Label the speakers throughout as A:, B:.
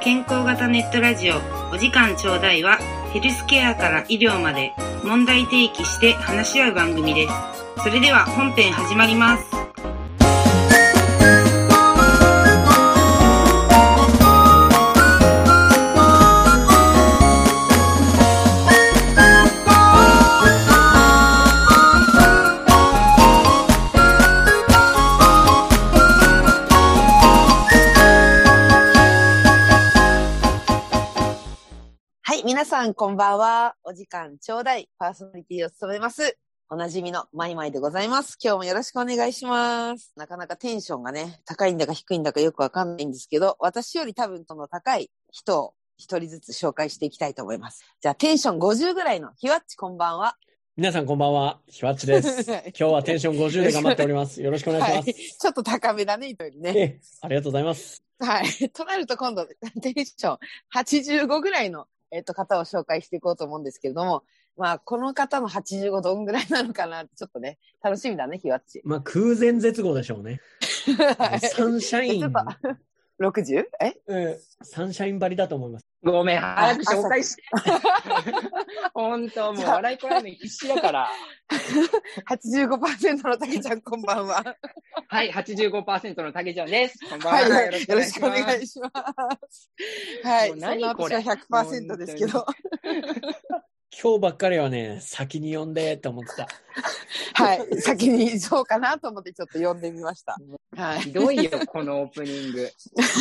A: 健康型ネットラジオお時間ちょうだいはヘルスケアから医療まで問題提起して話し合う番組ですそれでは本編始まります
B: はい、皆さんこんばんは。お時間ちょうだい。パーソナリティを務めます。おなじみのマイマイでございます。今日もよろしくお願いします。なかなかテンションがね、高いんだか低いんだかよくわかんないんですけど、私より多分その高い人を一人ずつ紹介していきたいと思います。じゃあテンション50ぐらいのひわっちこんばんは。
C: 皆さんこんばんは、ひわっ ちです。
B: 今
C: 今日はテンション50で頑張っております。よろしくお願いします。
B: はい、ちょっと高めだね、人より
C: え
B: ね。
C: えありがとうございます。
B: はい。 となると今度、テンション85ぐらいの、えっと、方を紹介していこうと思うんですけれども、まあ、この方の85どんぐらいなのかなって、ちょっとね、楽しみだね、ひわっち。
C: まあ、空前絶後でしょうね。サンシャイ
B: ちょ
C: ン
B: っ、60? え
C: うんサンシャイン張りだと思います。
D: ごめん、早く紹介して。本当、もう笑いこらえの必死だ から。
B: ?85% のたけちゃん、こんばんは。
D: はい、85%の竹ちゃんです。こんばんは。
B: はい。よろしくお願
D: し
B: いします。は
D: も
B: い。そうの
D: 何こ
B: 私
D: れ
B: は100%ですけど。
C: 今日ばっかりはね、先に呼んでって思ってた。
B: はい。先にそうかなと思って、ちょっと呼んでみました。はい
D: ます。。ひどいよ、このオープニング。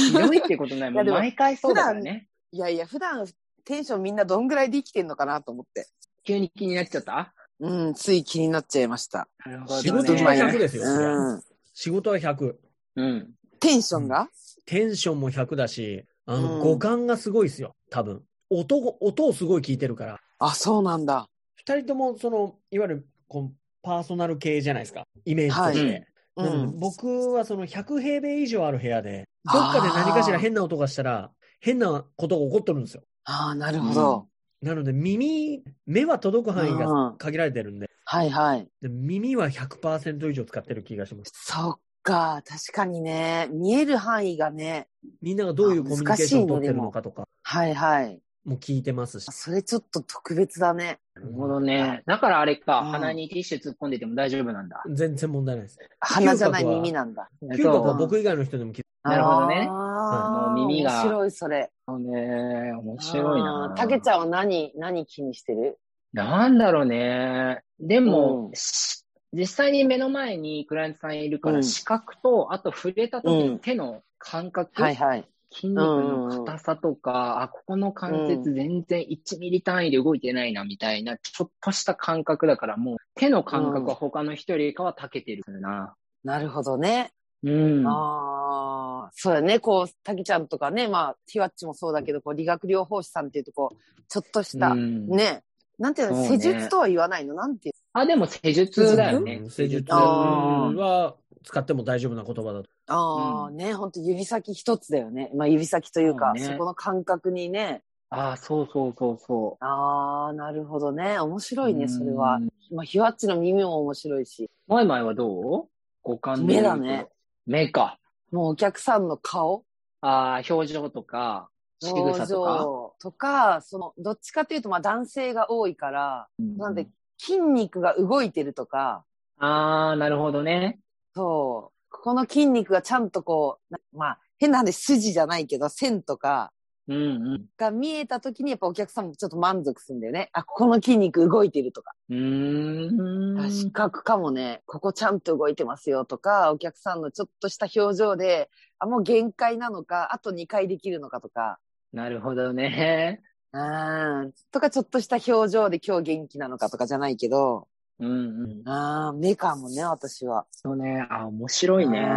D: ひどいってことない。もう
B: いやでも
D: 毎回そうだからね。
B: いやいや、普段テンションみんなどんぐらいで生きてんのかなと思って。
D: 急に気になっちゃった
B: うん、つい気になっちゃいました。
D: なる
C: 仕事は100ですよ。そりゃ
B: うん。
C: 仕事は100。
D: うん。
B: テンションが、
C: テンションも100だし、あ
B: うん
C: の、五感がすごいですよ、多分。音を、音をすごい聞いてるから。
B: あ、そうなんだ。
C: 二人とも、その、いわゆる、こうパーソナル系じゃないですか。イメージとして。
D: はい
B: うん。
C: なので僕はその100平米以上ある部屋で、どっかで何かしら変な音がしたら、変なことが起こってるんですよ。
B: ああ、なるほど。
C: なので耳、目は届く範囲
B: う
C: が
B: ん
C: 限られてるんで、
B: はいはい。
C: で耳は100%以上使ってる気がします。
B: そっか、確かにね、見える範囲がね、
C: みんながどういうコミュニケーションを取ってるのかとか
B: はいはい。
C: も聞いてますし。
B: それちょっと特別だね。
D: なるほどね。だからあれか、
B: うん
D: 鼻にティッシュ突っ込んでても大丈夫なんだ。
C: 全然問題ないです。
B: 鼻じゃない耳なんだ。
C: 嗅覚
D: そ
C: は僕以外の人でも聞い
D: なるほどね
B: あー
D: もう耳が
B: 面白い、それ。
D: うね。面白いな
B: あ。ーたけちゃんは何、何気にしてる
D: なんだろうね。でも、
B: うん
D: し実際に目の前にクライアントさんいるか
B: う
D: ら、
B: ん
D: 視覚と、あと触れた時の手の感覚、
B: はいはい。
D: 筋肉の硬さとか、あ、ここの関節全然1ミリ単位で動いてないな、みたいな、ちょっとした感覚だから、もう手の感覚は他の人よりかは長けてるな。
B: なるほどね。
D: うん。
B: ああ、そうだね。こう、たけちゃんとかね、まあ、ひわっちもそうだけど、こう、理学療法士さんっていうと、こう、ちょっとした、
D: うん
B: ね。なんていうの、
D: そう
B: 施
D: ね
B: 術とは言わないのなんていう
D: あ、でも施
C: て
D: 術だよね。
C: うん施術
B: あー
C: は使っても大丈夫な言葉
B: の
C: だと。
B: ああ、
D: う
B: ね、本当指先一つだよね。まあ指先というか、
D: そう
B: そ,、
D: ね
B: この感覚にね。
D: あ、そうそうそうそう。
B: ああ、なるほどね。面白いね、それ
D: う
B: は。
D: ん。
B: まあ、ひわっちの耳も面白いし、
D: 前々はどう五感で言
B: 目
D: うと
B: だね。
D: 目か。
B: もうお客さんの顔、
D: ああ、表情とか、仕
B: 表
D: 草とか。
B: 情とか、その、どっちかというと、まあ男性が多いから、なんで
D: う
B: 筋肉が動いてるとか、
D: ああ、なるほどね。
B: そう。ここの筋肉がちゃんとこう、なまあ、変な話、筋じゃないけど、線とか
D: うんうん。
B: が見えた時に、やっぱお客さんもちょっと満足するんだよね。あ、ここの筋肉動いてるとか。
D: うーん。
B: 視覚かもね、ここちゃんと動いてますよとか、お客さんのちょっとした表情で、あ、もう限界なのか、あと2回できるのかとか、
D: なるほどね。
B: うん、とかちょっとした表情で今日元気なのかとかじゃないけど、
D: うんうん。
B: あーメーカーもね、私は。
D: そうね。あ面白いね。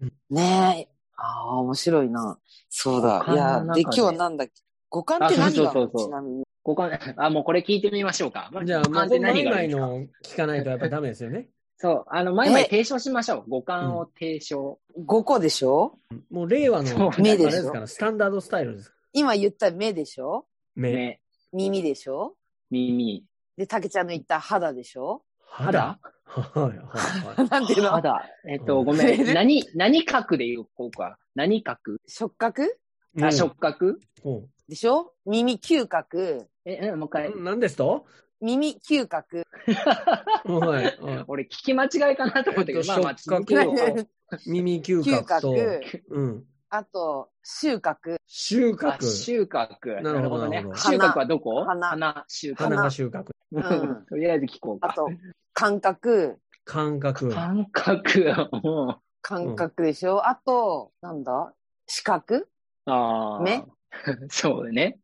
B: うんねえ。ああ、面白いな。そうだ。い
D: 五
B: や
D: 感の中、
B: で、
D: で
B: 今日はなんだっけ五感って何
D: あ
B: だ
D: そ
B: ろ
D: うそうそうそう
B: ちなみに。
D: 五感、 あ、もうこれ聞いてみましょうか。
C: じゃあ、
D: 五
C: ま
D: 感
C: あ、
D: って何
C: 前
D: があ
C: 々
D: るんですか
C: の聞かないとやっぱダメです よね。
D: そう。あの、前々
B: え
D: 提唱しましょう。五感を提唱。
B: 5個でしょ
C: もう令和
D: そう
C: の、
D: 目
C: あれ
B: で
C: で
B: しょ
C: すから、スタンダードスタイルです。
B: 今言った目でしょ
C: 目、
D: 目、
B: 耳でしょ
D: 耳、
B: で、たけちゃんの言った肌でしょ
C: 肌、はいはいは い。
B: なんていうの
D: 肌、えっと、ご
B: 触
D: め
B: れる
D: ん。何、何角で言おうか。何角
B: 触覚
C: う
D: あ、
C: ん
D: 触覚
C: うん
B: でしょ耳嗅覚。
D: え、うんもう一回。
C: 何ですと
B: 耳嗅覚。
C: はいは
D: 俺、聞き間違いかなと思ったけ
C: えっ
D: ど、
C: と
D: まあまあ、
C: 触
D: 続
C: 覚
D: けよう
C: い。耳嗅
B: 嗅
C: 覚と、
B: 覚。
C: うん。
B: あと、収穫。
C: 収
D: あ
C: 穫。
D: 収穫。
C: な
D: な
C: る
D: るほ
C: ほ
D: ど
C: どな
D: ね
C: るほ。ど
D: 収穫はどこ
B: 花
D: 収穫。
C: 花が収穫。
B: うん
D: とりあえず聞こう
B: あ
D: か。
B: と、感覚。
C: 感覚。
D: 感覚。も
B: 感覚でしょ、あと、なんだ視覚
D: うああ。
B: 目
D: そうね。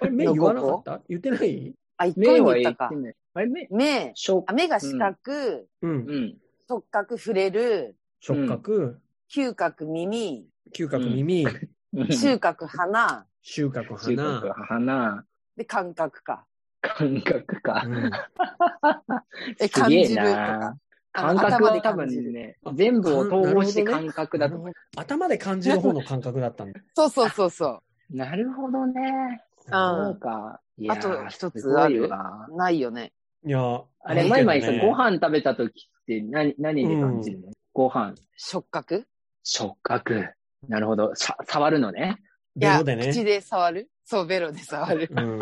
C: あれ目言わなかった言ってない
B: あ、一
D: 目
B: 回も
D: は
B: 言っ
D: 言
B: た
D: っ
B: か
D: て。ない。あれ、目
B: 目。
D: 触
B: あ目が視覚、
C: うん
D: う。ん。
B: 触覚触れる、
C: 触覚、
B: 嗅覚耳、
C: 嗅覚、耳、
B: 収穫花、
C: 収穫、
D: 収穫
C: 花。、
D: 花、
B: で、感覚か。
D: 感覚か。
C: うん
B: え、
D: す
B: 感
D: げ
B: じ
D: え
B: ると
D: な
B: か。。あ
D: 感
B: の
D: 覚は多
B: 頭で感じる
D: 分ね、全部を統合して
C: あなるほど
D: 感
C: ね
D: 覚だと思う。
C: 頭で感じる方の感覚だっ たんだ。
B: そうそうそうそう。
D: なるほどね。
B: うん
D: そうか。いやー
B: あと一つ
D: すごい
B: ある
D: わ
B: ないよね。
C: いや、
D: あれ、
C: ま
D: マ
C: い
D: イ
C: ま
D: マ
C: い
D: イさん、ご飯食べた時って何、何で感じるの、ご飯、
B: 触覚
D: 触覚。なるほど。さ触るのね。
B: いや、
C: 秒でね
B: 口。で触るそう、ベロで触る。
C: うん。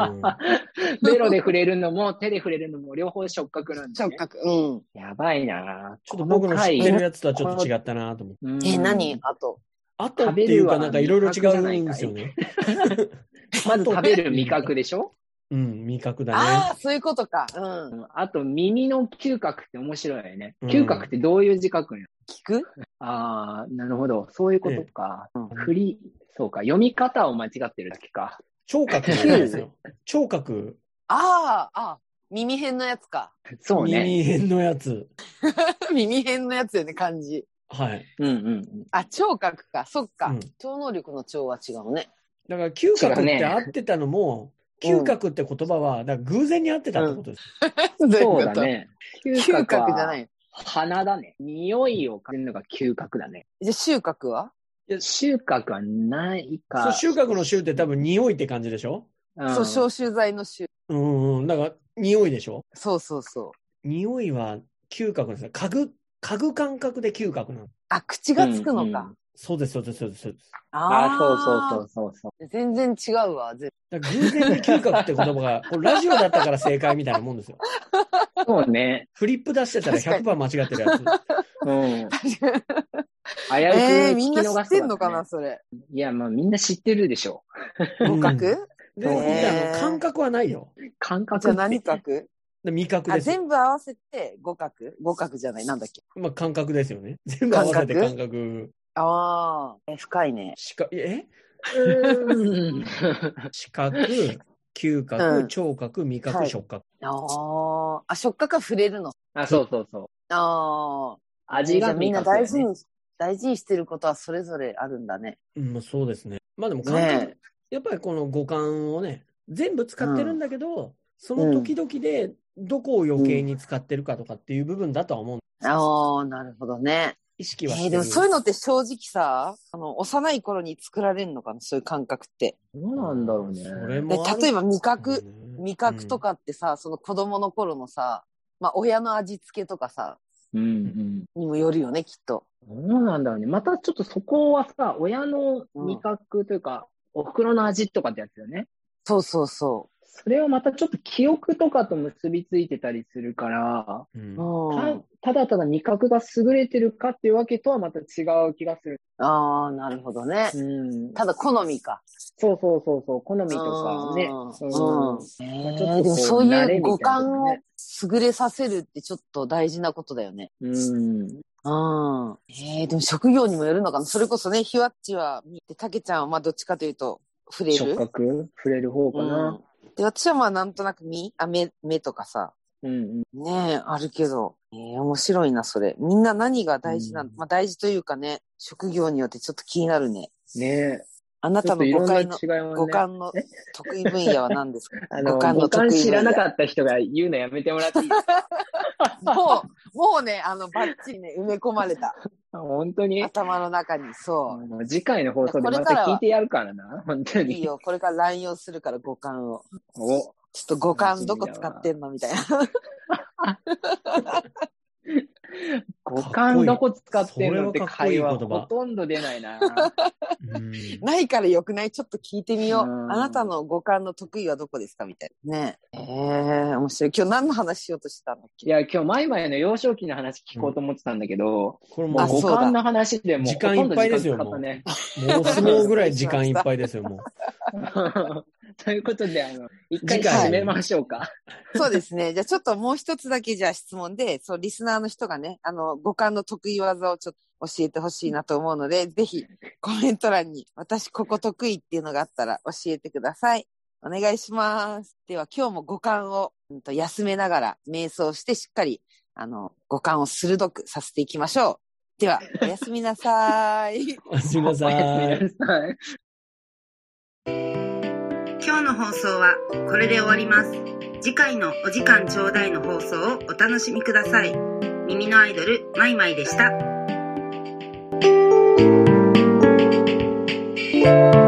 D: ベロで触れるの も、手で触れるのも、両方触覚なんだ、
B: 触
D: ね。
B: 覚。うん。
D: やばいな
C: ちょっと僕の知っ
D: 回
C: てるやつとはちょっと違ったなと思って。
B: え、何あと。
C: あとっていうかなんかいろいろ違うんですよね。
D: まず食べる味覚でしょ、
C: うん、味覚だ
B: あ
C: ね。
B: あ、そういうことか。うん
D: う。ん、あと、耳の嗅覚って面白いよね。
C: うん
D: 嗅覚ってどういう自覚なの
B: 聞く
D: ああ、なるほど。そういうことか。
B: うん
D: 振り、そうか。読み方を間違ってるだけか。
C: 聴覚なんですよ。聴覚、
B: ああ、あ耳辺のやつか。
D: そうね。
C: 耳辺のやつ。
B: 耳辺のやつよね、漢字。
C: はい。
D: うんうんうん。
B: あ、聴覚か。そっか。
C: うん
B: 超能力の超は違うね。
C: だから嗅覚っ
D: 違う
C: て
D: ね
C: 合ってたのも、
B: うん
C: 嗅覚って言葉は、だから偶然に合ってたってことです。
B: ど
D: そう
B: い
D: だ
B: こと
D: ね。。
B: 嗅覚じゃないい。
D: 鼻だね。匂いを感じるのが嗅覚だね。
B: じゃあ、収穫は
D: 収穫はない
C: そ
D: か
C: う。収穫の臭って多分匂いって感じでしょ
D: うん
B: そう、消臭剤の臭。
C: うんうん。だから匂いでしょ
B: そうそうそう。
C: 匂いは嗅覚ですね。嗅ぐ、嗅ぐ感覚で嗅覚なの。
B: あ、口がつくのか。
D: うんうん
C: そうです、そうです、そうです。そうです
D: ああ、そう
B: う
D: そうそうそう
B: そう。全然違うわ。ぜ
C: だから偶然に嗅覚って言葉が、これラジオだったから正解みたいなもんですよ。
D: そう。そうね。
C: フリップ出してたら100%間違ってるや
D: うん。
C: つ。
D: 危
B: 確かに
D: うく
B: えー、
D: 聞
B: み
D: き
B: ん
D: 逃すと
B: な知っ
D: か
B: てんのかな、
D: ね
B: それ。
D: いや、まあみんな知ってるでしょ
C: うん
B: 聴覚、
C: でも、
B: へー
C: あの感覚はないよ。
D: う。感覚
B: じゃあ
D: って
B: 何覚
C: で味覚
B: あ
C: ですよ。
B: 全部合わせて五角五角じゃない、なんだっけ。
C: まあ、感覚ですよね。全部合わせて感
B: 感
C: 覚
B: ああ、深いね。
C: しか、え
D: うん。
C: 視覚、嗅
B: う
C: 覚、
B: ん
C: 聴覚、味覚、
B: はい
C: 触覚。
B: ああ、あ、触覚は触れるの。
D: あ、そうそうそう。
B: ああ。
D: 味
B: じゃ
D: が
B: あみん
D: 味
B: な
D: 覚だよ
B: 大
D: ね
B: 事に、大事にしてることはそれぞれあるんだね。
C: うん、まあ、そうですね。まあでも感覚、
B: ね
C: やっぱりこの五感をね、全部使ってるんだけど、その時々でどこを余計に使ってるかとかっていう部分だとは思う。
B: え。ああ、なるほどね。
C: 意識
B: え
C: はして
B: ー、
C: る。
B: でもそういうのって正直さ、あの、幼い頃に作られるのかな、そういう感覚って。
D: どうなんだろうね。
C: それ
B: で
C: もある
B: 例えば味覚、
C: うん
B: 味覚とかってさ、その子供の頃のさ、まあ親の味付けとかさ、
D: うんうん。
B: にもよるよね、きっと。
D: どうなんだろうね。またちょっとそこはさ、親の味覚というか、お袋の味とかってやつよね。
B: そうそうそ
D: それはまたちょっと記憶とかと結びついてたりするから、
C: うん
B: う。
D: た
B: うん、
D: ただただ味覚が優れてるかっていうわけとはまた違う気がする。
B: ああ、なるほどね。
D: うん。
B: ただ好みか。
D: そうそうそうそう、好みとかね。
B: うん。
D: まあち
B: え
D: ょっとこ
B: ー
D: う
B: でもそう
D: 慣
B: い
D: れみた
B: う
D: い
B: 五感
D: な
B: を
D: ね
B: 優れさせるってちょっと大事なことだよね。
D: うん。
B: うん。えーでも職業にもよるのかな。それこそね、ひわっちは見て、たけちゃんはまあどっちかというと、触れ
D: 触
B: る。
D: 覚触れる方かな。
B: うんで、私はまあなんとなく見、あ、目、目とかさ、
D: うんうん。
B: ねえ、あるけど。えー面白いな、それ。みんな何が大事なの、
C: うん
B: まあ大事というかね、職業によってちょっと気になるね。
D: ねえ。
B: あな
D: ちょ
B: た
D: っ
B: の
D: といろ
B: 誤
D: んな
B: 解
D: 違い
B: の、
D: をね。
B: 五感の
D: え
B: 得意分野は何 ですか
D: あの、
B: 五感の
D: 五
B: 得意分
D: 感
B: 野。
D: 知らなかった人が言うのやめてもらっていい ですか
B: もう、もうね、あの、バッチリね、埋め込まれた。
D: 本当に
B: 頭の中に、そ
D: もう次回の放送で
B: これ
D: ま
B: か
D: た
B: らは
D: 聞いてやるからな、本当
B: う。いい
D: に。
B: よ、これから乱用するから、五感を。
D: お
B: ちょっと五感どこ使ってんのみたいな。
D: 五感どこ使ってるのって
C: かっこい
D: 会
C: いそれは
D: 話
C: かっこいい言葉
D: ほとんど出ないな。
C: うん
B: ないからよくないちょっと聞いてみよう。
D: うん
B: あなたの五感の得意はどこですかみたいな。ねえ。えー、面白い。今日何の話しようとしてたんだっ
D: い
B: け
D: や、今日、前々の幼少期の話聞こうと思ってたんだけど、
C: これも
D: も
C: う
D: う
B: あ
D: 五
B: そうだ
D: 感の話でもう
C: 時
D: ほとん
C: 間いっ
D: ど
C: ぱい
D: 時
C: で
D: 間
C: すよ
D: 使ったね。
C: もう相撲ぐらい時間いっぱいですよ、もう。
D: ということで、あの、一回
C: 次回
D: 締めましょうか。
B: そうですね。じゃあちょっともう一つだけじゃあ質問で、そう、リスナーの人がね、あの、五感の得意技をちょっと教えてほしいなと思うので、ぜひコメント欄に私ここ得意っていうのがあったら教えてください。お願いします。では今日も五感を、うん、と休めながら瞑想してしっかり、あの、五感を鋭くさせていきましょう。では、おやすみなさい。
C: おやすみなさ
D: お
C: い
D: や。 すみなさい。
A: 今日の放送はこれで終わります次回のお時間ちょうだいの放送をお楽しみください耳のアイドルマイマイでした